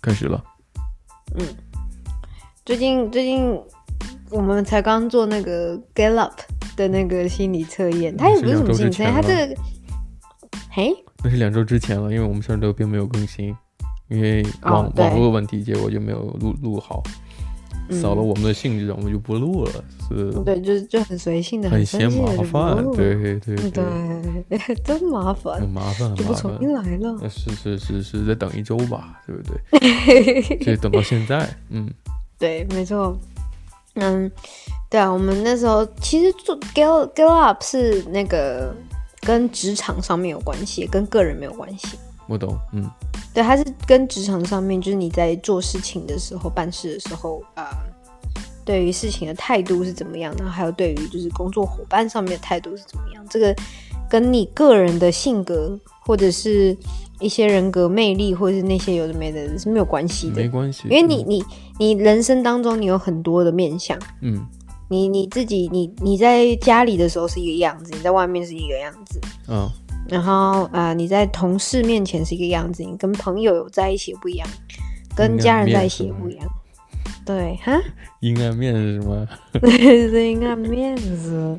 开始了。嗯，最近最近我们才刚做那个 Gallup 的那个心理测验，它也不是什么嗯心理测验，它是两周之前这个，嘿，那是两周之前了，因为我们上周并没有更新，因为哦网、对网络问题，结果就没有录录好，嗯扫了我们的兴致，我们就不录了，是对，就是就很随性的，很生嫌气麻的就不烦，录了对对对对，对， 真麻烦很，麻烦，就很不麻重烦。新来了。那是是是是，再等一周吧，对不对？ 就等到现在，嗯，对，没错。嗯，对啊，我们那时候其实做 Gal Gallup 是那个跟职场上面有关系，跟个人没有关系。我懂，嗯，对，它是跟职场上面，就是你在做事情的时候、办事的时候，呃，对于事情的态度是怎么样，然后还有对于就是工作伙伴上面的态度是怎么样，这个跟你个人的性格或者是一些人格魅力，或者是那些有的没的是没有关系的没，关系，因为你你你人生当中你有很多的面相，嗯，嗯你你自己你你在家里的时候是一个样子，你在外面是一个样子，啊，然后啊、呃你在同事面前是一个样子，你跟朋友在一起也不一样，跟家人在一起也不一样。对，哈，阴暗面是什么？ 是阴暗面子。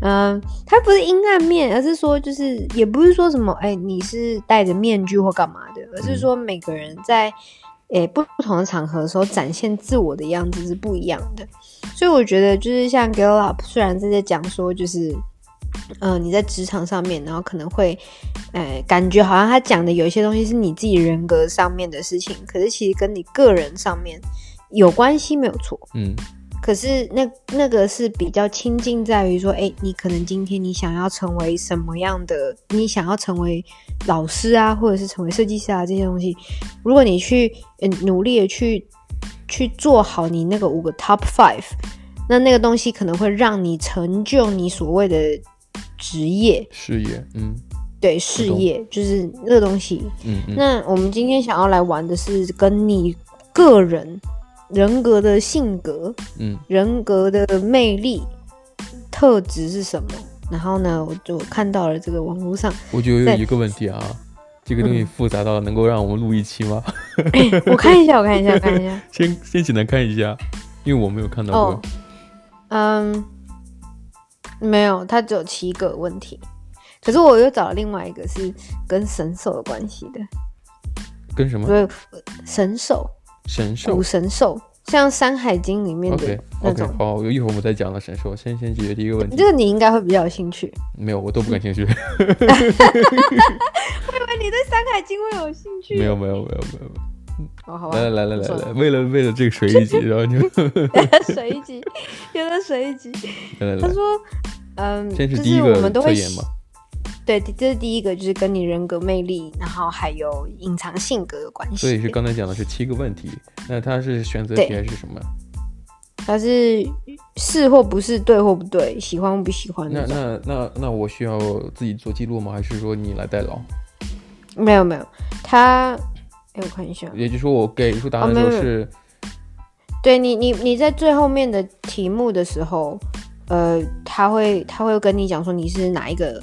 嗯，它不是阴暗面，而是说就是也不是说什么哎、你是戴着面具或干嘛的，而是说每个人在哎、不不同的场合的时候展现自我的样子是不一样的。所以我觉得就是像 Gallup，虽然是在讲说就是。嗯，你在职场上面，然后可能会，呃，感觉好像他讲的有一些东西是你自己人格上面的事情，可是其实跟你个人上面有关系，没有错。嗯，可是那那个是比较亲近，在于说，哎、你可能今天你想要成为什么样的，你想要成为老师啊，或者是成为设计师啊这些东西，如果你去嗯努力的去去做好你那个五个 top five，那那个东西可能会让你成就你所谓的职业，事业，嗯对事业，就是那个东西。嗯嗯，那我们今天想要来玩的是跟你个人人格的性格嗯人格的魅力特质是什么？然后呢，我就看到了这个网 络上，我就有对一个问题啊，这个东西复杂到能够让我们录一期吗？ 我看一下，我看一下，我看一下。先先简单看一下，因为我没有看到过。哦嗯，没有，它只有七个问题。可是我又找了另外一个是跟神兽有关系的，跟什么所以呃神兽、神兽古神兽，像《山海经》里面的？OK 那 OK，种。好，一会儿我们再讲了神兽。先先解决第一个问题这，个你应该会比较有兴趣。没有，我都不感兴趣。我以为你对《山海经》会有兴趣。 没有没有没有没有。哦，好吧。来来来来不错来，为了为了这个水一集，然后就 水一集，有的水一集。 来来他来，说，嗯，先就是第一我个们都测会验嘛。对，这是第一个，就是跟你人格魅力，然后还有隐藏性格有关系。所以是刚才讲的是七个问题，那它是选择题对还是什么呀？它是是或不是，对或不对，喜欢或不喜欢那那种。那那那我需要自己做记录吗？还是说你来代劳？没有没有，他哎，我看一下，也就是说，我给出答案的时哦候没有没是对你你你在最后面的题目的时候，呃，他会他会跟你讲说你是哪一个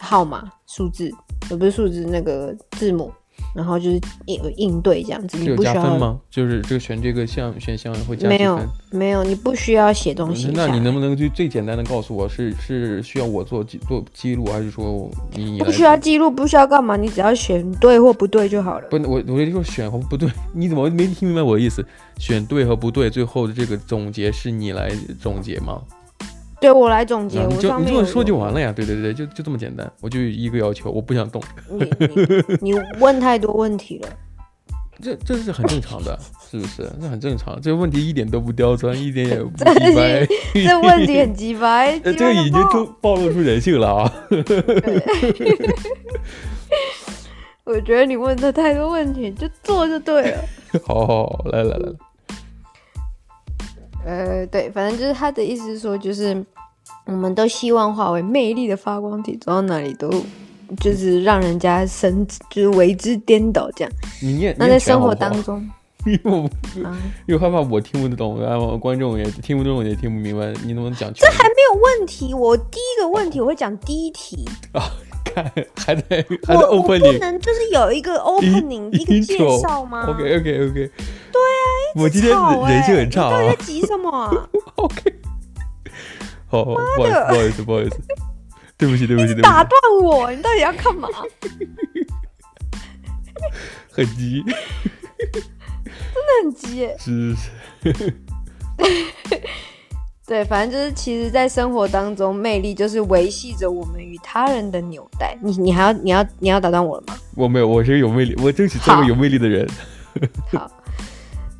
号码数字，呃，不是数字那个字母，然后就是应呃应对这样子，是你有不加需分要。吗？就是这个选这个项选项会加没几有分？没有，你不需要写东嗯西下那来。你能不能最最简单的告诉我是是需要我做记做记录，还是说你不来需要记录，不需要干嘛，你只要选对或不对就好了。不，我我就说选和不对，你怎么没听明白我的意思？选对和不对，最后的这个总结是你来总结吗？对我来总结，啊、你我就上你面这有么说就完了呀？对对对，就就这么简单。我就一个要求，我不想动，你你你问太多问 题了，这这是很正常的，是不是？这很正常，这个问题一点都不刁钻，一点也 不真鸡是掰。这问题很鸡 掰，呃，鸡这个掰到已经爆都暴露出人性了啊！我觉得你问的太多问题，就做就对了。好好好，来来来，呃，对，反正就是他的意思是说，就是我们都希望化为魅力的发光体，走到哪里都就是让人家神，就是为之颠倒这样。你念那念在全生好活不好当中， 因为我啊，又害怕我听不懂，然后观众也听不懂，也听不明白，你能不能讲全？还没有问题。我第一个问题我会讲第一题，啊看，还在还在我我不 opening。能就是 有一个 opening 一个介绍吗啊 OK OK OK。对呀、我今天吵人欸性很差你到啊底。在急什么啊？ OK。好，好不好意思，不好意思，不好意思，对不起，对不起，对不打起，断我，你到底要干嘛？很急， 真的很急耶。是是是，对，反正就是，其实，在生活当中，魅力就是维系着我们与他人的纽带。你你还要你要你要打断我了吗？我没有，我是个有魅力，我争取做个好有魅力的人。好，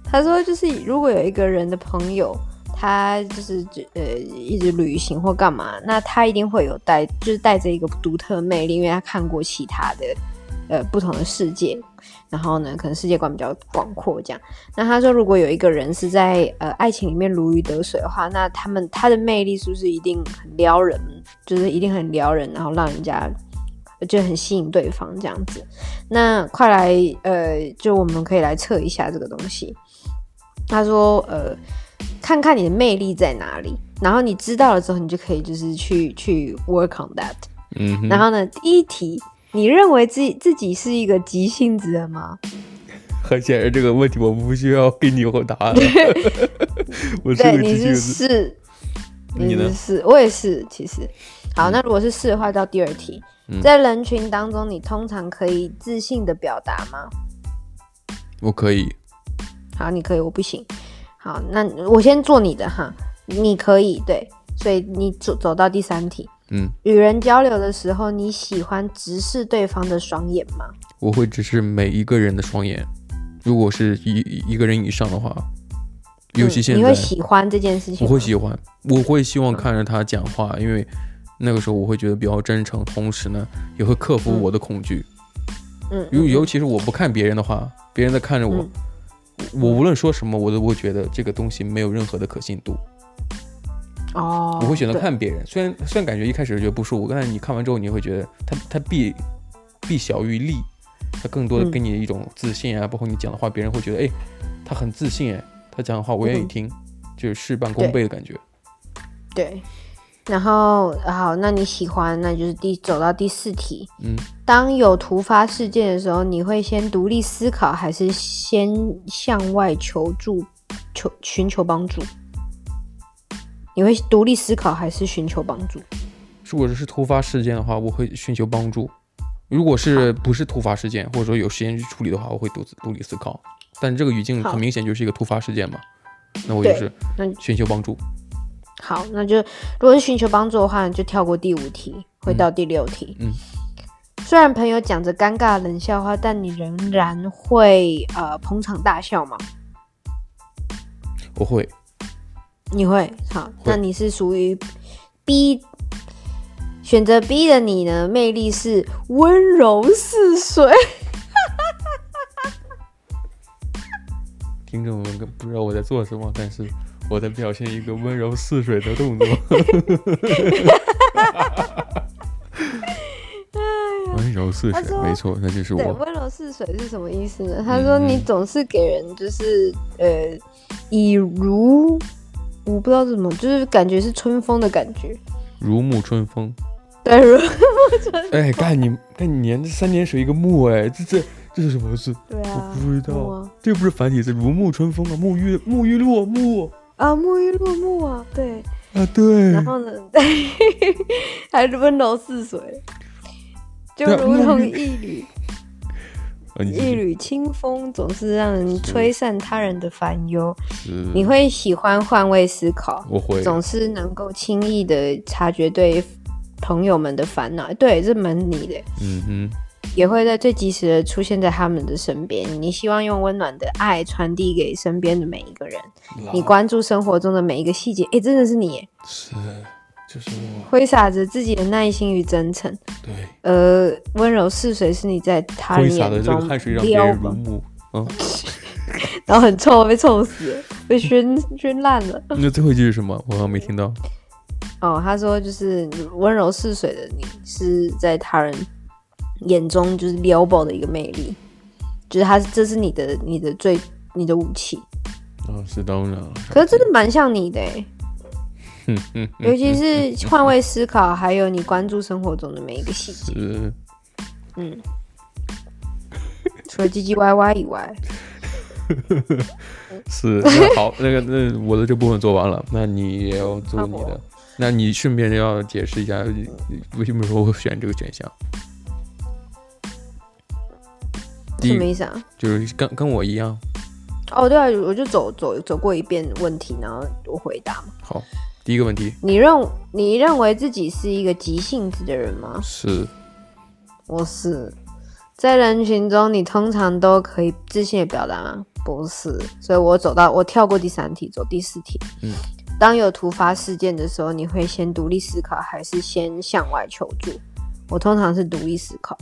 他说就是如果有一个人的朋友，他就是呃一直旅行或干嘛，那他一定会有带就是带着一个独特的魅力，因为他看过其他的呃不同的世界，然后呢可能世界观比较广阔这样。那他说如果有一个人是在呃爱情里面如鱼得水的话，那他们他的魅力是不是一定很撩人，就是一定很撩人，然后让人家。呃就很吸引对方这样子，那快来，呃，就我们可以来测一下这个东西。他说，呃，看看你的魅力在哪里，然后你知道了之后，你就可以就是去去 work on that。嗯哼，然后呢，第一题，你认为自己自己是一个急性子的吗？很显然这个问题我不需要给你有答 案，我是对，个你急性是子。是，你呢是，我也是，其实。好，那如果是是的话，到第二题，嗯在人群当中，你通常可以自信的表达吗？我可以，好，你可以，我不行。好，那我先做你的哈，你可以对，所以你走走到第三题，嗯，与人交流的时候，你喜欢直视对方的双眼吗？我会只是每一个人的双眼，如果是一一个人以上的话，尤其嗯现你在，会喜欢这件事情我吗？会喜欢，我会希望看着他讲话，因为那个时候我会觉得比较真诚，同时呢也会克服嗯我的恐惧。嗯，尤、嗯尤其是我不看别人的话，别人在看着我，嗯我无论说什么，我都会觉得这个东西没有任何的可信度。哦，我会选择对看别人，虽然虽然感觉一开始觉得不舒服，但是你看完之后，你会觉得他他必必小于利，他更多的嗯给你一种自信啊，包括你讲的话，别人会觉得哎，他很自信哎，他讲的话我愿意嗯听，就是事半功对倍的感觉。对。然后好，那你喜欢，那就是第走到第四题。嗯，当有突发事件的时候，你会先独立思考，还是先向外求助、求寻求帮助？你会独立思考，还是寻求帮助？如果是突发事件的话，我会寻求帮助；如果是不是突发事件，或者说有时间去处理的话，我会独自独立思考。但这个语境好很明显就是一个突发事件嘛，那我就对是那你寻求帮助。好，那就如果是寻求帮助的话，你就跳过第五题，回到第六题。嗯虽然朋友讲着尴尬的冷笑话，但你仍然会呃捧场大笑吗？我会，你会好，那你是属于 B 选择 B 的你呢？魅力是温柔似水，听众们跟不知道我在做什么，但是我在表现一个温柔似水的动作。哎温柔似他水，说没错，那就是对，我。嗯温柔似水是什么意思呢？他说你总是给人就是呃，以如我不知道是什么，就是感觉是春风的感觉，如沐春风。对，如哎，干你，干你连这三点水一个沐，哎，这这这是什么字？对啊我，不知木道啊，这不是繁体字，如沐春风啊，沐浴沐浴落幕啊，沐浴落幕啊，对，啊，对，然后呢， 还是温柔似水，就对啊如沐同浴一缕。啊你一缕清风总是让人吹散他人的烦忧。是你会喜欢换位思考，我嗯会总是能够轻易的察觉对朋友们的烦恼。对，这蛮你的，嗯哼，也会在最及时的出现在他们的身边。你希望用温暖的爱传递给身边的每一个人，你关注生活中的每一个细节。诶，真的是你耶，是就是我，挥洒着自己的耐心与真诚。对，呃，温柔似水是你在他挥人洒的眼这中个汗水让别撩人吗如沐。然后很臭，被臭死了，被熏熏烂了。那最后一句是什么？我好像没听到。哦，他说就是温柔似水的你，是在他人眼中就是撩爆的一个魅力，就是他这是你的你的最你的武器。啊，是当然了。可是真的蛮像你的、欸，嗯嗯，嗯尤其是换位思考，还有你关注生活中的每一个细节。是嗯，嗯除了唧唧歪歪以外，是，那好，那个那我的这部分做完了，那你也要做你的，那你顺便要解释一下为什么说我选这个选项，第一什么意思啊？就是跟跟我一样，哦，对啊，我就走走走过一遍问题，然后我回答嘛。好，第一个问题你认你认为自己是一个急性子的人吗？是我是。在人群中，你通常都可以自信的表达吗？不是，所以我走到我跳过第三题，走第四题。嗯，当有突发事件的时候，你会先独立思考，还是先向外求助？我通常是独立思考。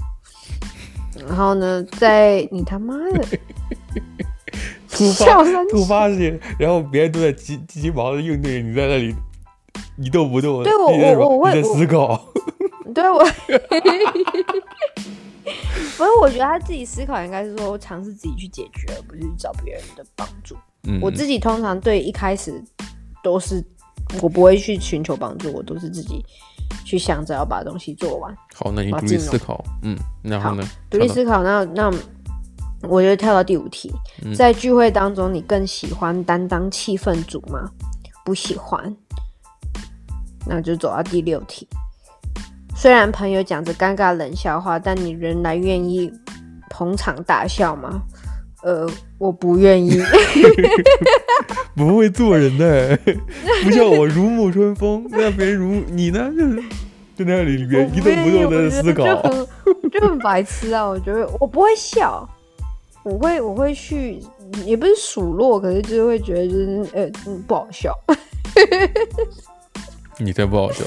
然后呢，在你他妈的 突发笑三突发事件，然后别人都在急急急忙的应对，你在那里一动不动，对我你在什么我我你在我思考，对我， 不是，我觉得他自己思考应该是说尝试自己去解决，而不是找别人的帮助。嗯我自己通常对一开始都是我不会去寻求帮助，我都是自己去想着要把东西做完，好，那你把独立金融思考，嗯，然后呢，独立跳到思考。那那我就跳到第五题，在聚会当中，你更喜欢担当气氛组吗？不喜欢，那就走到第六题。虽然朋友讲着尴尬冷笑话，但你仍然愿意捧场大笑吗？呃，我不愿意。不会做人的， 不像我如沐春风，那别人如你呢， 就是在那里我边一动不愿意动我的觉思得考。就很就很白痴啊！我觉得我不会笑，我会我会去，也不是数落，可是就是会觉得就是呃、嗯不好笑。 你才不好笑，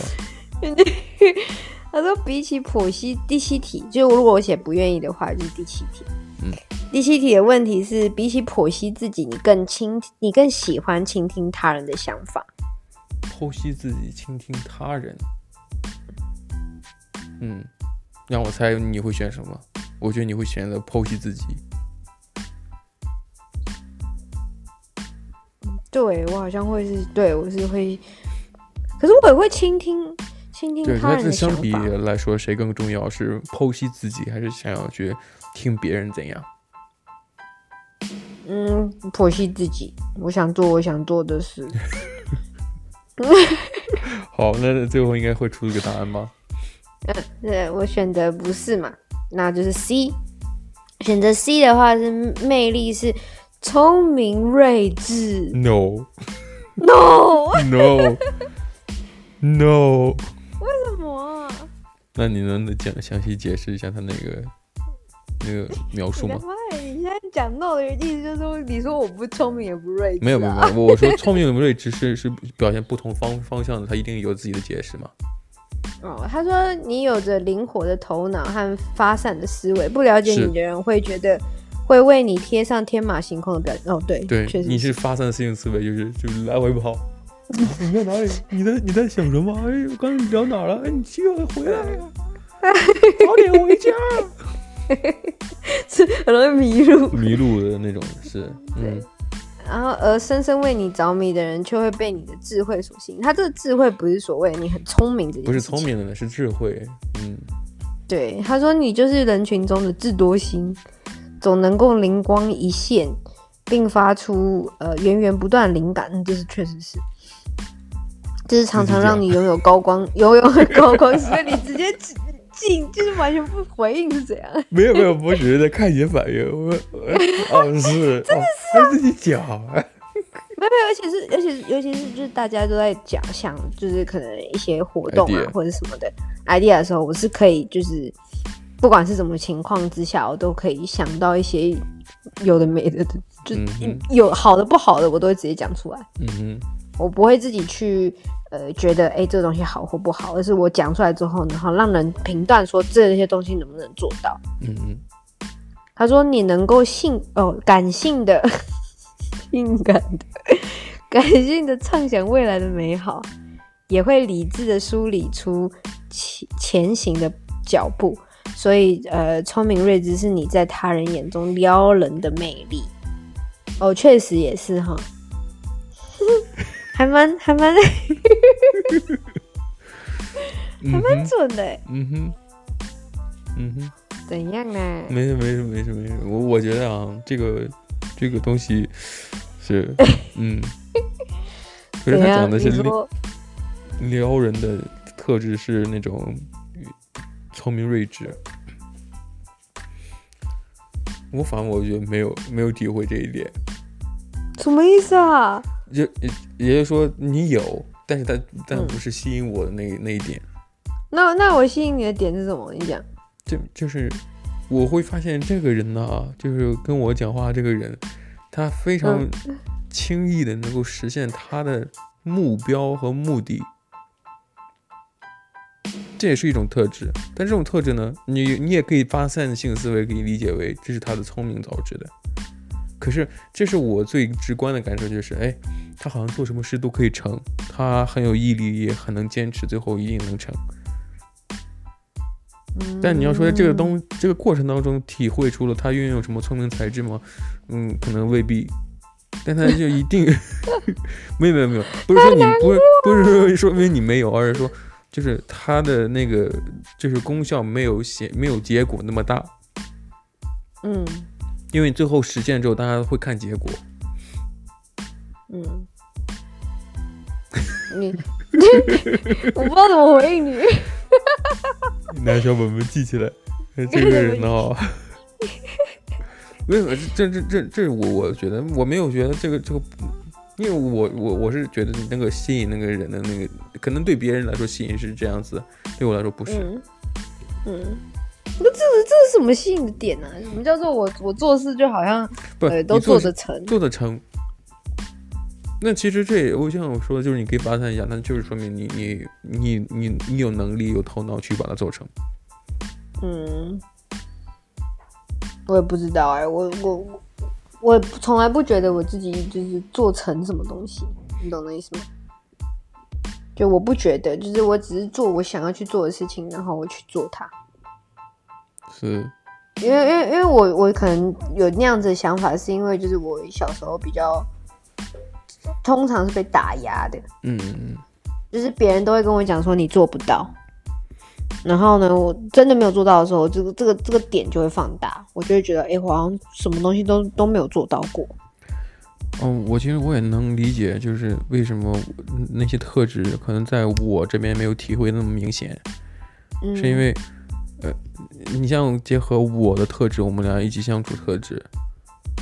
他说比起剖析第七题，就如果我写不愿意的话，就是第七题。嗯，第七题的问题是，比起剖析自己，你更倾，你更喜欢倾听他人的想法。剖析自己，倾听他人。嗯，让我猜你会选什么？我觉得你会选择剖析自己。对我好像会是，对我是会，可是我也会倾听倾听对，他那人这的想相法。啊比来说，谁更重要？是剖析自己，还是想要去听别人怎样？嗯，剖析自己，我想做我想做 的事。好，那最后应该会出一个答案吧？对，我选择不是嘛，那就是 C。选择 C 的话是魅力是聪明睿嗯智。 No No， No No。什么啊？那你能讲详细解释一下他那个那个描述你他吗？妈的，你现在讲 No 的意思就是你说我不聪明也不睿智、啊，没有没有没有，我我说聪明与睿智是是表现不同方方向的，他一定有自己的解释嘛。哦，他说你有着灵活的头脑和发散的思维，不了解是你的人会觉得会为你贴上天马行空的标签。哦，对，对确，实你是发散性思维，就是就是来回跑。你在哪里？你在你在想什么？哎，我刚才聊哪儿了？哎，你七月回来呀、 早点回家。是 很容易迷路。迷路的那种是，嗯，然后而深深为你着迷的人，却会被你的智慧所吸引。他这个智慧不是所谓你很聪明这件不是事情聪，明的，是智慧。嗯，对他说你就是人群中的智多星，总能够灵光一现，并发出呃源源不断的灵感，嗯这是确实是。就是常常让你拥有高光，拥有高光时刻，你直接进，就是完全不回应是怎样？没有没有，我只是在看你的反应。我我哦是，真的是、还自己讲。没有，没有，而且是，而且是尤其是就是大家都在讲想，就是可能一些活动啊 Idea 或者什么的 idea 的时候，我是可以就是不管是什么情况之下，我都可以想到一些有的没的，就嗯哼有好的不好的，我都会直接讲出来，嗯哼，我不会自己去。呃，觉得哎、诶这个东西好或不好，而是我讲出来之后，然后让人评断说这些东西能不能做到。嗯哼。他说你能够性哦感性的、 性感的、感性的畅想未来的美好，也会理智的梳理出前前行的脚步。所以，呃，聪明睿智是你在他人眼中撩人的魅力。哦，确实也是哈。 还蛮还蛮还嗯蛮哼，准的欸。嗯哼，嗯哼。怎样啊？没事没事没事没事，我我觉得啊，这个这个东西是，嗯，可是怎他样？讲的你是撩说撩人的特质是那种聪明睿智，我反正我觉得没有没有体会这一点，什么意思啊？就也也就是说你有，但是他但嗯不是吸引我的那那一点，那那我吸引你的点是什么？你讲。这就是我会发现这个人呢、啊就是跟我讲话这个人，他非常轻易的能够实现他的目标和目的，这也是一种特质。但这种特质呢，你你也可以发散性思维，可以理解为这是他的聪明导致的。可是，这是我最直观的感受，就是，哎，他好像做什么事都可以成，他很有毅力，也很能坚持，最后一定能成。但你要说在这个嗯，东这个过程当中体会出了他运用什么聪明才智吗？嗯，可能未必。但他就一定， 没有没有没有，不是说你不是不是说说明你没有，而是说就是他的那个就是功效没有显没有结果那么大，嗯因为你最后实践之后大家会看结果。 嗯，你我不知道怎么回应你。拿小本本记起 来。哎这个人呢、 为什么？这这这这我我觉得我没有觉得这个这个，因为我我我是觉得那个吸引那个人的那个，可能对别人来说吸引是这样子，对我来说不是。嗯嗯，那这是这是什么吸引的点呢、啊什么叫做我我做事就好像不，呃你都做做得成？做得成。那其实这也，我像我说的，就是你可以发散一下，那就是说明你你你你你有能力有头脑去把它做成。嗯，我也不知道哎、我我我从来不觉得我自己就是做成什么东西，你懂那意思吗？就我不觉得，就是我只是做我想要去做的事情，然后我去做它。是，因为因为因为我我可能有那样子的想法，是因为就是我小时候比较，通常是被打压的，嗯嗯就是别人都会跟我讲说你做不到，然后呢，我真的没有做到的时候，这个这个这个点就会放大，我就会觉得，哎、我好像什么东西都都没有做到过。嗯，我其实我也能理解，就是为什么我那些特质可能在我这边没有体会那么明显，嗯，是因为，呃，你像结合我的特质，我们俩一起相处特质，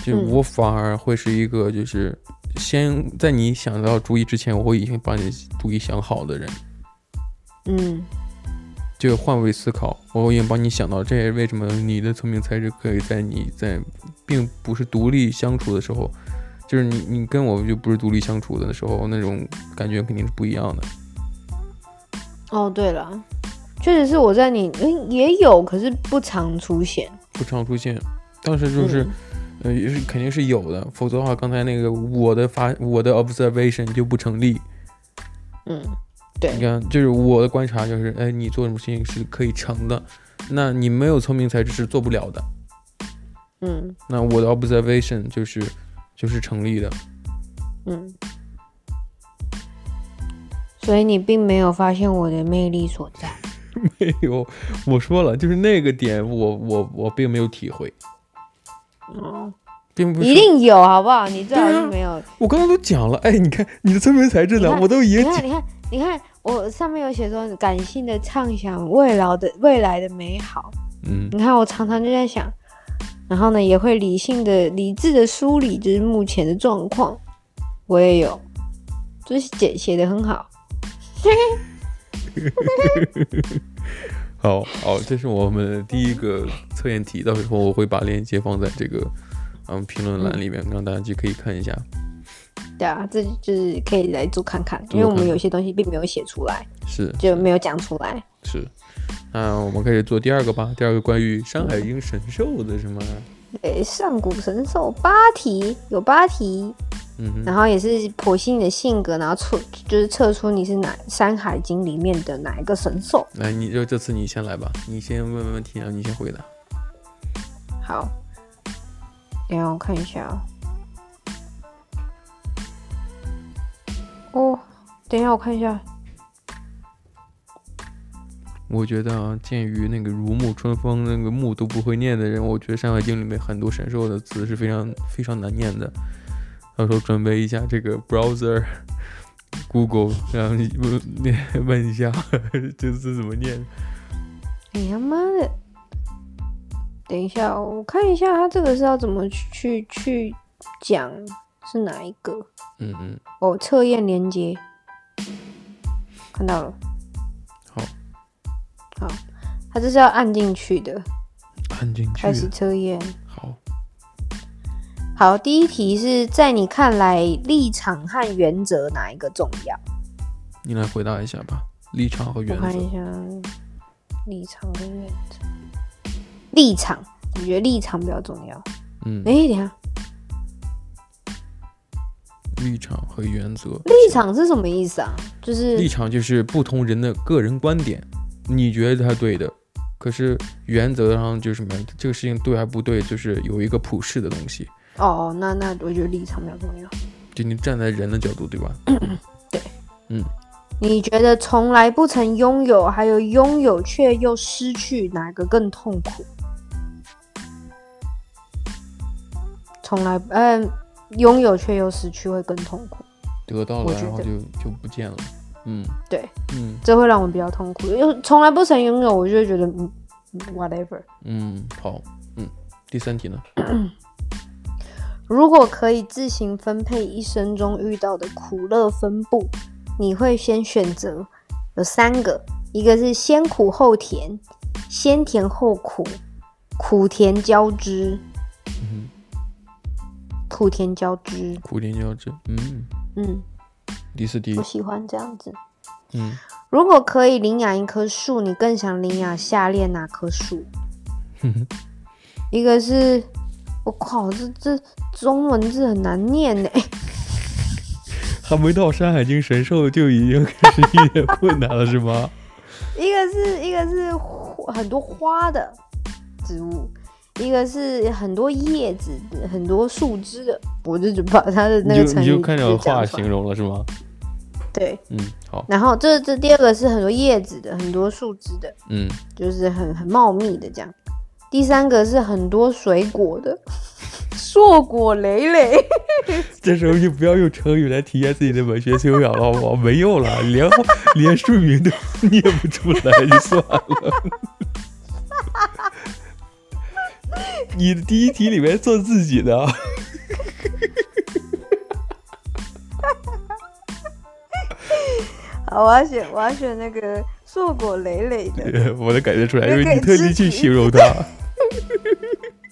就嗯我反而会是一个就是先在你想到主意之前，我会已经把你主意想好的人，嗯就换位思考，我已经帮你想到，这也是为什么你的聪明才智可以在你在并不是独立相处的时候，就是你你跟我就不是独立相处的时候，那种感觉肯定是不一样的。哦对了，确实是我在你嗯也有，可是不常出现。不常出现，当时就是，呃，也是肯定是有的，否则的话，刚才那个我的发我的 observation 就不成立。嗯，你看，就是我的观察就是，哎，你做什么事情是可以成的，那你没有聪明才智是做不了的。嗯那我的 observation 就是就是成立的。嗯，所以你并没有发现我的魅力所在。 没有，哎我说了，就是那个点我，我我并没有体会，哦，并不是。一定有好不好？你最好对啊是没 有。我刚刚都讲了，哎，你看你的聪明才智你呢，看我都已经你看，讲你看，你看，我上面有写说感性的畅想未来的未来的美好。嗯你看，我常常就在想，然后呢，也会理性的、理智的梳理，就是目前的状况。我也有，就是写写的很好。好好，这是我们的第一个测验题，到时候我会把链接放在这个嗯评论栏里面，让大家去可以看一下。对啊，这就是可以来做看看，因为我们有些东西并没有写出来，是就没有讲出来。是，那我们开始做第二个吧，第二个关于《山海嗯经》神兽的什么？对，上古神兽八题有八题，嗯哼，然后也是剖析你的性格，然后测就是测出你是哪《山海经》里面的哪一个神兽。来，你就这次你先来吧，你先问问题，然后啊你先回答。好，等一下我看一下啊、哦，等一下我看一下，我觉得啊，鉴于那个如沐春风那个沐都不会念的人，我觉得《山海经》里面很多神兽的词是非常非常难念的。到时候准备一下这个 browser Google，然后你 问问一下这字怎么念。哎呀妈的！等一下哦，我看一下他这个是要怎么去去讲是哪一个嗯嗯，哦？测验连接，看到了，好，好，他这是要按进去的，按进去开。始测验。好，好，第一题是在你看来，立场和原则哪一个重要？你来回答一下吧。立场和我原看则一，下立场跟原则。立场，我觉得立场比较重要。嗯，哎、等一下，立场和原则。立场是什么意思啊？就是立场就是不同人的个人观点，你觉得他对的，可是原则上就是什么，这个事情对还不对，就是有一个普世的东西，哦，那那我觉得立场比较重要。就你站在人的角度，对吧？嗯你觉得从来不曾拥有，还有拥有却又失去，哪个更痛苦？从来，嗯、拥有却又失去会更痛苦。得到我了，觉然后得就就不见了，嗯对，嗯这会让我比较痛苦。又从来不曾拥有，我就会觉得嗯嗯，whatever。嗯，好，嗯，第三题呢？如果可以自行分配一生中遇到的苦乐分布，你会先选择有三个，一个是先苦后甜，先甜后苦，苦甜交织，嗯，苦甜交织。苦丁交织，嗯，嗯，第四题我，喜欢这样子。嗯，如果可以领养一棵树，你更想领养下列哪棵 树？一个是，我靠，这这中文字很难念呢。还没到《山海经》神兽就已经开始遇点困难了，是吗？一个是一个是花很多花的植物，一个是很多叶子、很多树枝的。我就只把它 的那你个就成语你就看着讲话出来形容了，是吗？对，嗯，好，然后这这第二个是很多叶子的，很多树枝的，嗯，就是很很茂密的这样。第三个是很多水果的， 硕果累累。这时候就不要用成语来体现自己的文学修养了，好不好？没用了，连连书名都念不出来，就算了。你的第一题里面做自己的， 好，我要选我要选那个硕果累累的，我能感觉出来，因那为个你特地去形容它。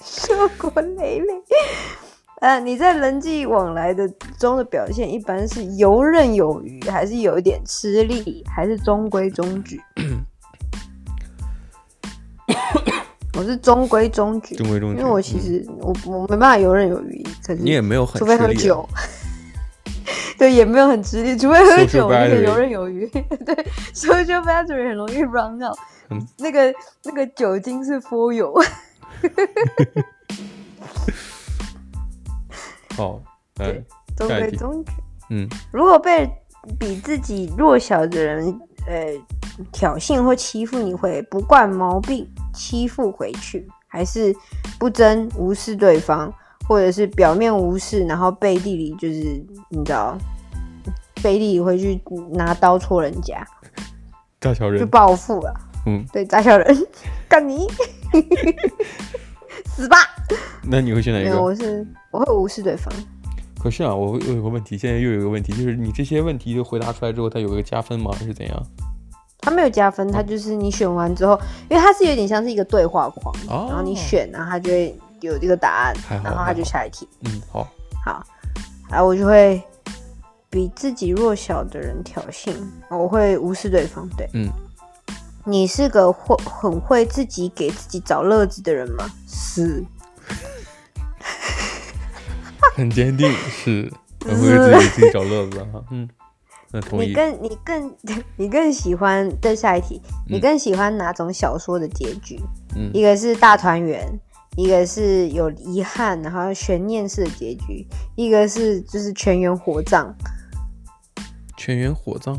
硕果累累。呃，你在人际往来的中的表现，一般是游刃有余，还是有一点吃力，还是中规中矩？我是中规中矩，中规中因矩，为我其实、我我没办法游刃有余，可是你也没有很除非吃喝力啊，酒， 对，也没有很吃力，除非喝酒，我就 Social 很游刃有余。 对，social battery 很容易 run out，、嗯那个那个酒精是 for 油。好，哦来对，中下一规题中矩。嗯，如果被比自己弱小的人呃挑衅或欺负，你会不惯毛病欺负回去，还是不争无视对方，或者是表面无视，然后背地里就是你知道， 背地里会去拿刀戳人家，大小就人，报复了。嗯，对，扎小人，干你，死吧！那你会选哪一没个有，？我是我会无视对方。可是啊，我我有个问题，现在又有一个问题，就是你这些问题就回答出来之后，它有一个加分吗？还是怎样？它没有加分，它就是你选完之后，因为它是有点像是一个对话框，哦然后你选，然后它就会有这个答案还，好然后它就下一题。嗯，好，好，啊，我就会比自己弱小的人挑衅，我会无视对方。对，嗯，你是个会很会自己给自己找乐子的人吗？是，很坚 定，是，我会自己自己找乐子哈。嗯，那同嗯你意。更你更你更喜欢，对下一题，你嗯更喜欢哪种小说的结局？嗯一个是大团圆，一个是有遗憾，然后悬念式的结局，一个是就是全员火葬。全员火葬，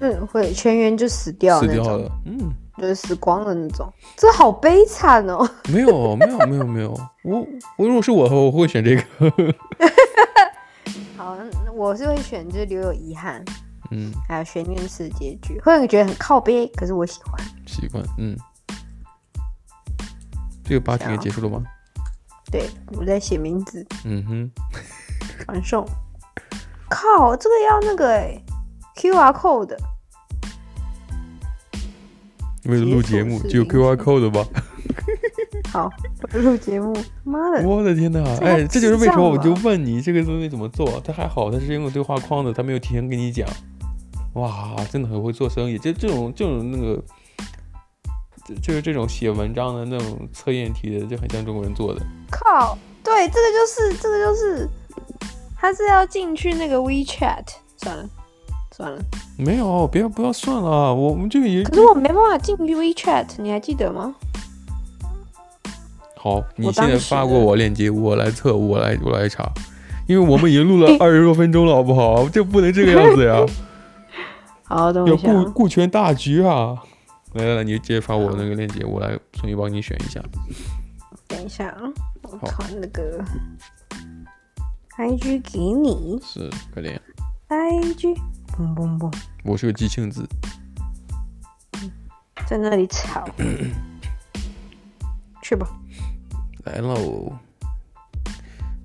嗯，会全员就死掉死那掉种，了。嗯，就是死光了那种，这好悲惨哦。 没有，没有，没有，没有。我我如果是我，我会选这个。 好，那我是会选就是留有遗憾，嗯，还有悬念式结局，会觉得很靠背，可是我喜欢。习惯。嗯，这个八题也结束了吗？对，我在写名字嗯哼，传送。靠，这个要那个哎、QR code 的。为了录节目，只有结束是 QR code 吧？好，我录节目，妈 的，我的天哪！这哎，太这就是为什么我就智障问你这个东西怎么做。他还好，他是用对话框的，他没有提前跟你讲。哇，真的很会做生意。就这种这种那个，就就是这种写文章的那种测验题的，就很像中国人做的。靠，对，这个就是这个就是，他是要进去那个 WeChat，算了算了，没有，不要不要算了，我们这个也可是我没办法进去 WeChat，你还记得吗？好。你我现在当时发过我链接，我来测，我来我来查，因为我们已经 录了二十多分钟了，好不好？这不能这个样子呀，好，等我要一下啊，顾顾全大局啊！来来来，你直接发我那个链接，我来重新帮你选一下。等一下啊，我好传那个 IG 给你是，快点， ，IG，嘣嘣嘣，我是个急性子，在那里 吵，去吧，来喽。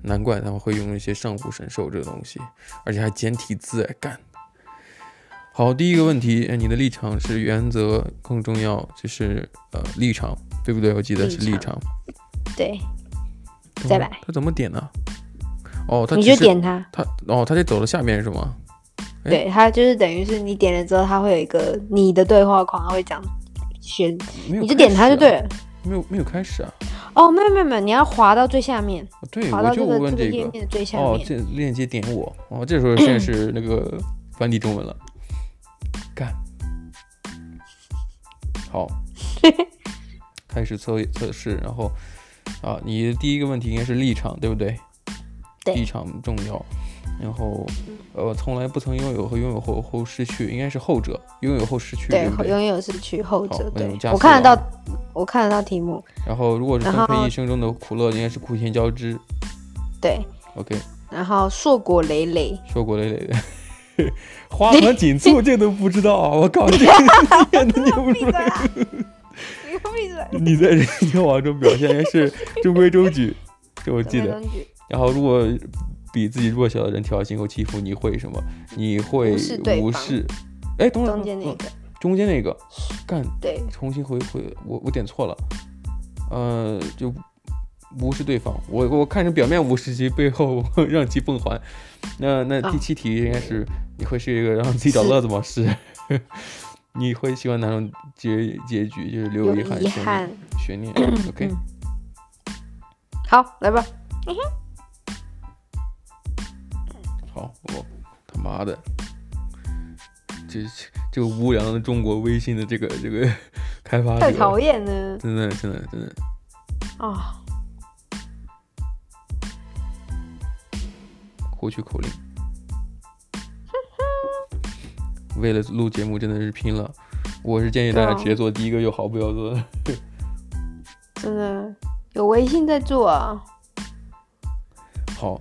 难怪他们会用一些上古神兽这个东西，而且还简体字，哎干。好，第一个问题，哎你的立场是原则更重要，就是呃立场，对不对？我记得是立立场。对，再来哦他怎么点呢？哦，他你只就是点它。他，哦，他得走到下面是吗？哎对，它就是等于是你点了之后，它会有一个你的对话框，它会讲选，没有、啊你就点它就对了，了。没有没有开始啊？哦，没有没有没有，你要滑到最下面，对，滑哎我到就这个问这个页个。面的最下哦，面。这链接点我，哦，这时候现在 是那个繁体中文了，干， 好，开始测测试，然后啊，你的第一个问题应该是立场，对不对？对嗯立场重要。然后，呃，从来不曾拥有和拥有后后失去，应该是后者，拥有后失去，对对不，对拥有是去后好者。那我对们加，我速看得啊到，我看得到题目。然后，如果是然分配后一生中的苦乐，应该是苦甜交织。对， OK，然后硕果累累，硕果累累的， 花团锦簇这都不知道 啊！我靠，这个演的牛逼！闭嘴啊！ 你给我闭嘴！你在人交往中表现也 是中规中矩，这 我记得。中规中矩然后，如果比自己弱小的人挑衅或欺负，你会什么？你会无视对无方视？哎，等会儿，中间那嗯个，中间那个，干，对重新回回，我我点错了，呃，就无视对方，我我看是表面无视其背后让其奉还。那那啊第七题应该是、你会是一个让自己找乐子吗？是， 你会喜欢哪种结结局？就是留有有遗憾，遗悬念憾。悬念。OK，嗯好，来吧，好，我他妈的，这这个无良的中国微信的这个这个开发太者讨，厌了真的真的真的，啊！获取口令。为了录节目，真的是拼了。我是建议大家对啊直接做第一个就好，不要做。真的有微信在做啊。好，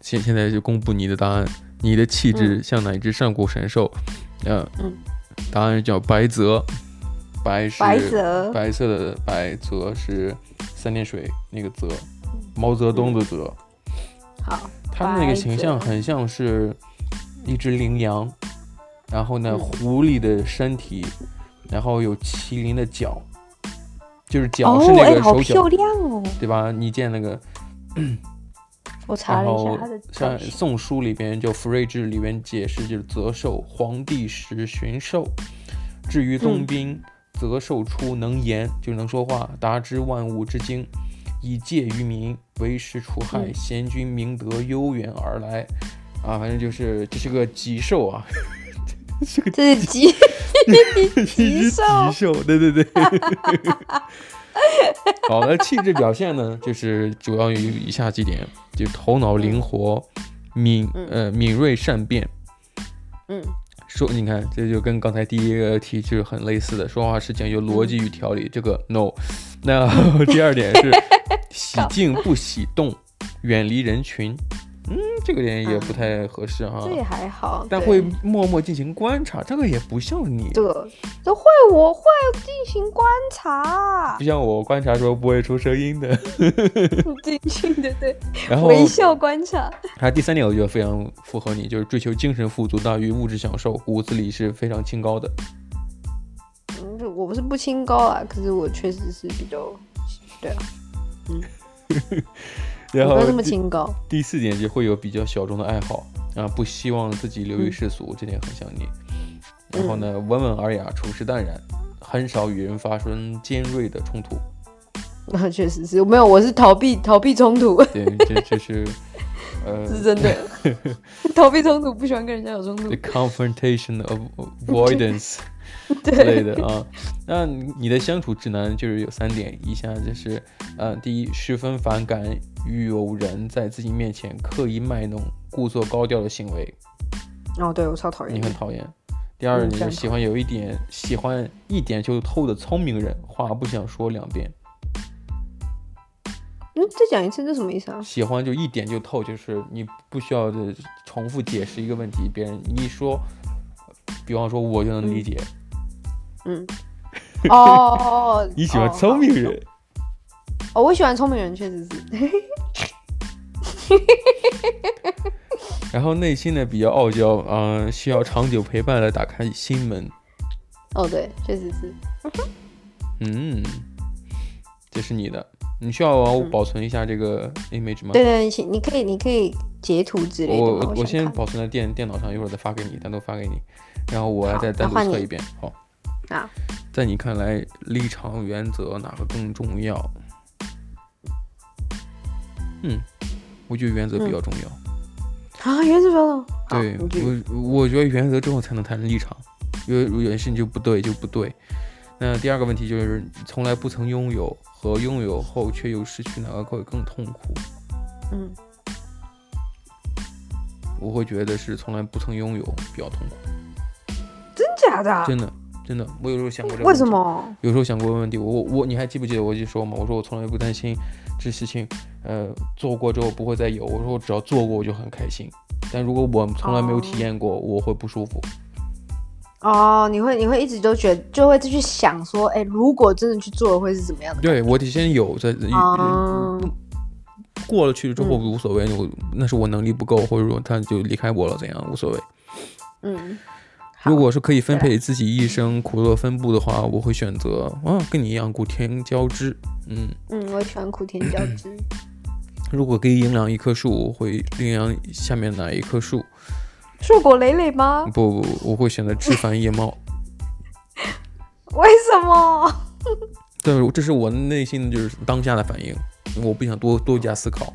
现现在就公布你的答案。你的气质像哪只上古神兽？呃，嗯答案叫白泽。白是白泽白色的白，泽是三点水那个泽，毛泽东的泽。好，它那个形象白泽很像是一只羚羊，然后呢，嗯狐狸的身体，然后有麒麟的脚，就是脚哦，是那哎个好手脚，漂亮哦！对吧？你见那个，我查然了一下后它的像造型，宋书里边就《福瑞志》里边解释就是泽寿，皇帝时巡狩，至于冬嗯兵，泽寿出能言，就是能说话，达知万物之精。以戒于民，为时除害，嗯贤君明德，悠远而来。啊，反正就是这是个极兽啊，这是鸡，一 只兽极兽，对对对。 好，那气质表现呢，就是主要有以下几点：就头脑灵活、敏呃敏锐善变，嗯说你看，这就跟刚才第一个题就是很类似的，说话事情有逻辑与条理，这个 no。那 第二点 是喜静不喜动，远离人群。嗯，这个点也不太合适哈、啊这也还好，啊但会对默默进行观察，这个也不像你，对，都会我会进行观 察不，像我观察时候不会出声音 的。进行的对，然后微笑观察，还有第三点，我觉得非常符合你，就是追求精神富足大于物质享受，骨子里是非常清高的。嗯我不是不清高啊，可是我确实是比较，对啊，然我后没有那么第清高， 第四点就会有比较小众的爱好啊，不希望自己流于世俗，这点很像你。然后呢，温文尔雅，处事淡然，很少与人发生尖锐的冲突。那确实是没有，我是逃避逃避冲突， 对，这这是呃是真 的，逃避冲突，不喜欢跟人家有冲突 the，confrontation of avoidance 之类的啊。那你的相处指南就是有三点，以下就是呃，第一，十分反感有人在自己面前刻意卖弄、故作高调的行为，哦，对我超讨厌你的很，讨厌。第二，嗯你这就样喜欢有一点喜欢一点就透的聪明人，话不想说两遍，嗯，再讲一次，这什么意思啊？喜欢就一点就透，就是你不需要的重复解释一个问题，别人一说，比方说我就能理解。嗯，哦，你喜欢聪 明人，哦，我喜欢聪明人，确实是，然后内心呢比较傲娇，嗯、需要长久陪伴来打开心门。哦，对，确实是，嗯，这是你的，你需要保存一下这个 image 吗？对对，你请你可以你可以截图之类的我吗，我想我先看保存在电电脑上，一会儿再发给你，单独发给你，然后我要好再单那独换测你一遍。好，啊，在你看来，立场原则哪个更重要？嗯，我觉得原则比较重要。啊，原子标了。嗯好你继续对我，我觉得原则之后才能谈立场，因为有些事情就不对就不对。那第二个问题就是，从来不曾拥有和拥有后却又失去，哪个会更痛苦？嗯，我会觉得是从来不曾拥有比较痛苦。真假的啊？真的，真的，我有时候想过这个为问题什？么？有时候想过问题，我我你还记不记得我就说嘛，我说我从来不担心这事情，呃，做过之后不会再有。我说我只要做过我就很开心，但如果我从来没有体验过，我会不舒服。哦，你会你会一直都觉得，就会去想说，哎，如果真的去做了，会是怎么样的？对我得先有在、啊过了去了之嗯后无所谓，我那是我能力不够，或者说他就离开我了怎样无所谓。嗯，好如果是可以分对配自己一生苦乐分布的话，我会选择啊跟你一样古天交织，嗯。嗯，我也喜欢苦甜交织。如果可以领养一棵树，我会领养下面哪一棵树？硕果累累吗不？不，不我会选择枝繁叶茂。为什么？但是这是我内心的就是当下的反应，我不想多多加思考，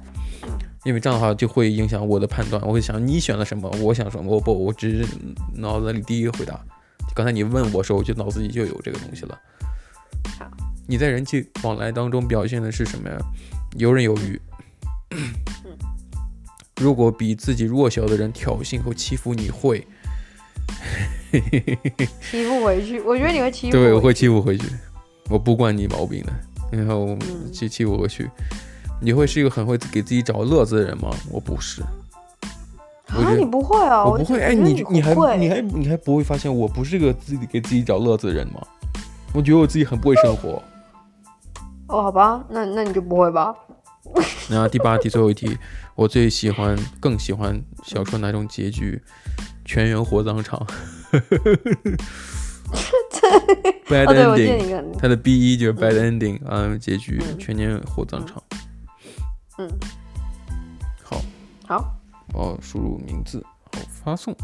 因为这样的话就会影响我的判断。我会想你选了什么，我想什么，我不，我只是脑子里第一个回答。就刚才你问我的时候，我就脑子里就有这个东西了好。你在人际往来当中表现的是什么呀？游刃有余。如果比自己弱小的人挑衅和欺负你会，欺负回去？我觉得你会欺负。对，我会。欺负回去，我不惯你毛病的，然后嗯欺欺负回去。你会是一个很会给自己找乐子的人吗？我不是，我觉啊，得你不会哦？我不会。哎，你你还会你还你还不会发现我不是个自己给自己找乐子的人吗？我觉得我自己很不会生 活。哦？好吧，那那你就不会吧？然后第八题，最后一题，我最喜欢更喜欢小说哪种结局？全员火葬 场。Bad 哦，对，我记得 ending，你跟它的 B 一就是 bad ending，嗯，结局嗯全年火葬场。嗯，好，好，哦，输入名字，好发送。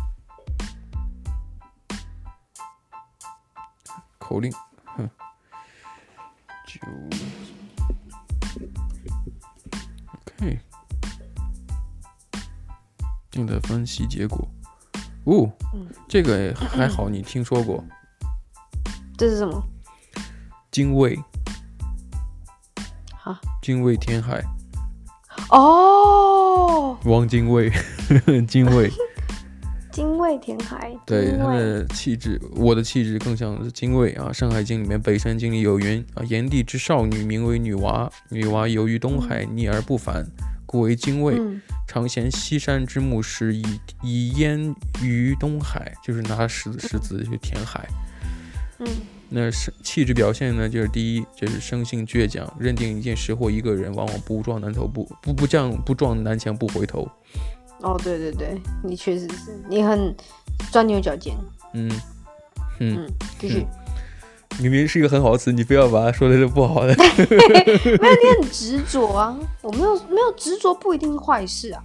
口令，哼，九，OK，正在分析结果。哦嗯，这个还好，你听说过这是什么？精卫啊？精卫填海，哦，汪精卫，精卫，精卫填海，对精他卫的气质，我的气质更像是精卫啊，《山海经》里面北山经里有云啊，炎帝之少女名为女娃，女娃游于东海，逆而不返，故为精卫。嗯常衔西山之木石，以以淹于东海，就是拿石石子去填海。嗯那是气质表现呢，就是第一，就是生性倔强，认定一件事或一个人，往往不撞南头不不不撞不撞南墙不回头。哦，对对对，你确实是，你很钻牛角尖。嗯，嗯，继续，明明是一个很好的词，你非要把它说的是不 好的。没有你很执着啊，我没有没有执着不一定是坏事啊。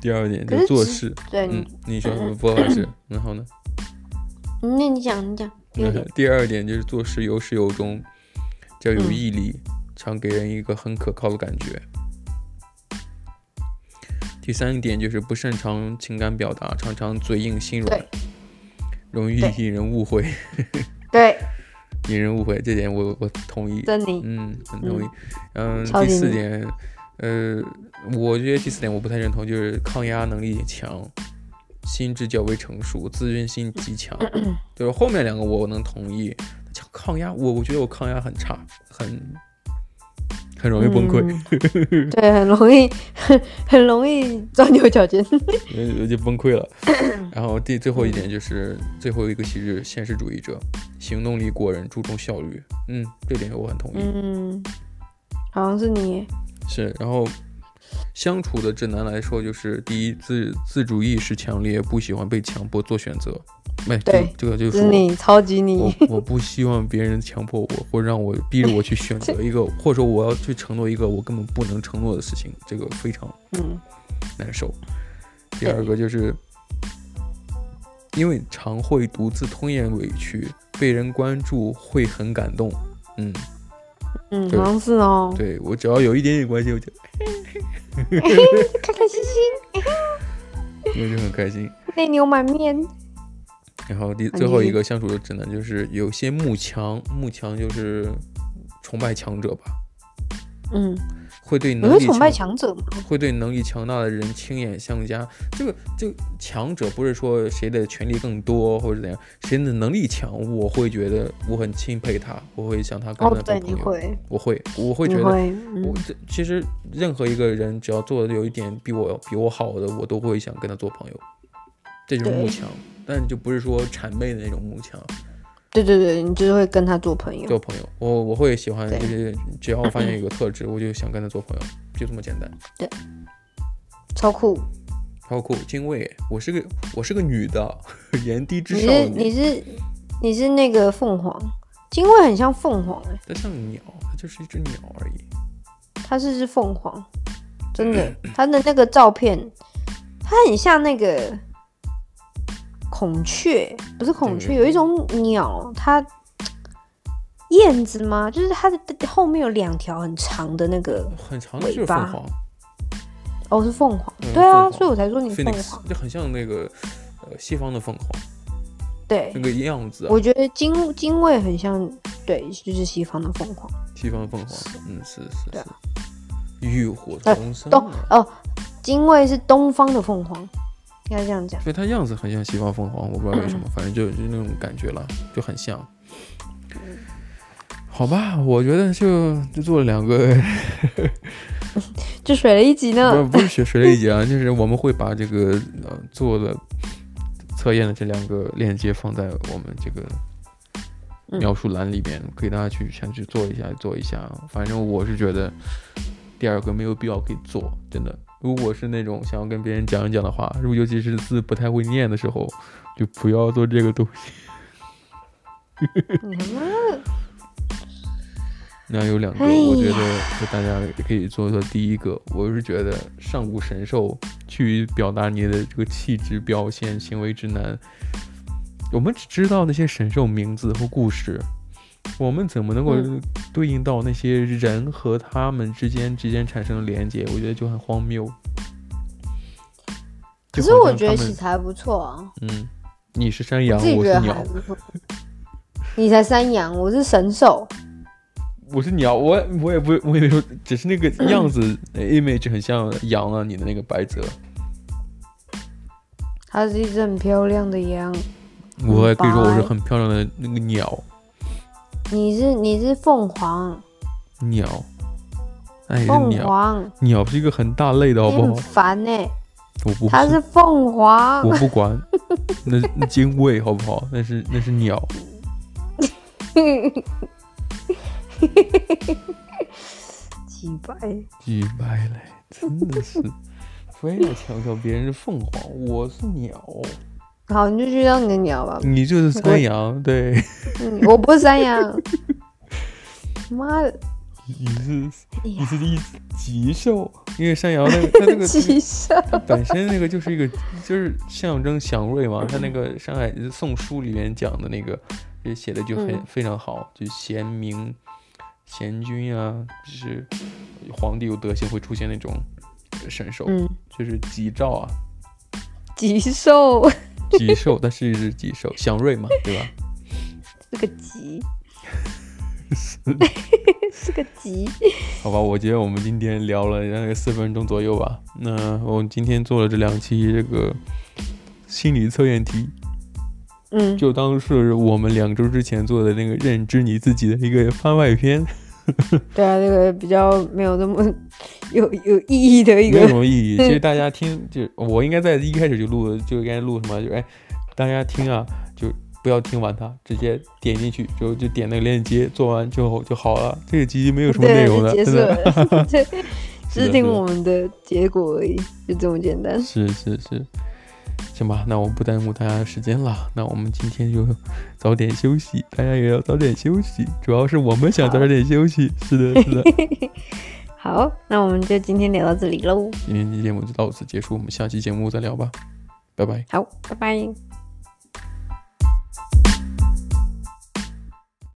第二点可就是做执事，对，嗯你，你说什么不合适？然后呢？那你讲你讲，第嗯二点，第二点就是做事有始有终，较嗯有毅力，常给人一个很可靠的感觉。第三点就是不擅长情感表达，常常嘴硬心软对，容易对引人误会，对，引人误会，这点我我同意。珍妮，嗯，很同意。嗯，超第级四理点，呃，我觉得第四点我不太认同，就是抗压能力强，心智较为成熟，自尊心极 强。就是后面两个我能同意，像抗压，我我觉得我抗压很差，很很容易崩溃，嗯对，很容易，很很容易钻牛角 尖。我就崩 溃了。然后第最后一点就是最后一个其实现实主义者，行动力过人，注重效率。嗯，这点我很同意。嗯，好像是你耶，是，然后相处的直男来说，就是第一自自主意识强烈，不喜欢被强迫做选择。哎，这个对这个就是是我你，超级你。我我不希望别人强迫我，或让我逼着我去选择一个，或者说我要去承诺一个我根本不能承诺的事情，这个非常嗯难受。第对二个就是，因为常会独自吞咽委屈，被人关注会很感动。嗯，嗯，对好像是哦，对我只要有一点点关系，我就开开心心，我就很开心。泪流满面。然后第啊最后你一个相处的指南就是有些慕强，慕强就是崇拜强者吧，嗯，会对你能会力崇拜强强者吗？会对能力强大的人倾眼相加。这个这个强者不是说谁的权力更多或者怎样，谁的能力强，我会觉得我很钦佩他，我会想他跟哦他，对，做朋你友。会，我会我会你觉得会，我嗯，这其实任何一个人只要做的有一点比我比我好的，我都会想跟他做朋友，这就是慕对强。但就不是说谄媚的那种慕强，对对对，你就是会跟他做朋友。做朋友，我我会喜欢，对就是只要我发现有个特质，我就想跟他做朋友，就这么简单。超酷！包括精卫，我是个我是个女的，炎帝之你少是你女，是你是那个凤凰，精卫很像凤凰哎、它像鸟，它就是一只鸟而已。它是只凤凰，真的，它的那个照片，它很像那个孔雀，不是孔雀，对有一种鸟，它燕子吗？就是它的后面有两条很长的那个，很长的尾就是凤巴凰哦，是凤凰，嗯对啊，凤凰所以我才说你凤，phoenix，凰，就很像那个呃西方的凤凰对那。个样子啊，我觉得精精卫很像，对，就是西方的凤凰。西方的凤凰，嗯，是是对是啊，浴火呃重生东啊，哦，精卫是东方的凤凰，应该这样讲。所以它样子很像西方凤凰，我不知道为什么，反正就就那种感觉了，就很像。好吧，我觉得就就做了两个，就水了一集不呢，不是学水类节啊，就是我们会把这个呃做的测验的这两个链接放在我们这个嗯描述栏里面，给大家去先去做一下做一下。反正我是觉得第二个没有必要给做，真的。如果是那种想要跟别人讲一讲的话，如果尤其是字不太会念的时候，就不要做这个东西。你他妈那有两个，哎呀我觉得就大家也可以做做。第一个，我是觉得上古神兽去表达你的这个气质表现、行为之难。我们只知道那些神兽名字或故事，我们怎么能够嗯对应到那些人和他们之间之间产生的连接？我觉得就很荒谬。可就是好我像觉得他其们实还不错啊，嗯，你是山羊，自己我觉是得还鸟，不错。你才山羊，我是神兽，我是鸟，我我也不我也没说，只是那个样子、呃 image 很像羊啊，你的那个白泽，它是一只很漂亮的羊。我还可以说我是很漂亮的那个鸟你是你是凤凰，鸟，哎，凤鸟凰，鸟是一个很大类的好你不很好？烦哎、我不它是凤凰我，不管，那那精卫好不好？那是那是鸟，几百。鸡掰嘞，真的是非要强调别人是凤凰，我是鸟，好，你就去当你的 鸟吧。你就是山羊，对，嗯，我不是山羊。妈的，你是哎你呀，是一只极兽，因为山羊那 个它那个七兽。它本身那个就是一个 就是象征祥瑞嘛，它那个《山海宋书》里面讲的那个，也写的就很、嗯非常好，就贤明、贤君啊，就是皇帝有德行会出现那种神兽，嗯，就是吉兆啊，吉兽，吉兽，它是一只吉兽，祥瑞嘛，对吧？ 是个吉，是个吉。好吧，我觉得我们今天聊了大概四分钟左右吧。那我们今天做了这两期这个心理测验题，嗯，就当是我们两周之前做的那个认知你自己的一个番外篇，对啊，这个比较没有那么有有意义的 一没个有什么 意义。其实大家听，就我应该在一开始就录，就应该录什么，就哎，大家听啊，就不要听完它，直接点进去，就就点那个链接，做完之后就好了。这个集没有什么内对，容就的，真结束的。 了，对，只是是的是听的我们的结果而已，就这么简单。是是是，行吧，那我不耽误大家时间了，那我们今天就早点休息，大家也要早点休息，主要是我们想早点休息。是的，是的，好，那我们就今天聊到这里喽，今天的节目就到此结束，我们下期节目再聊吧，拜拜。好，拜拜。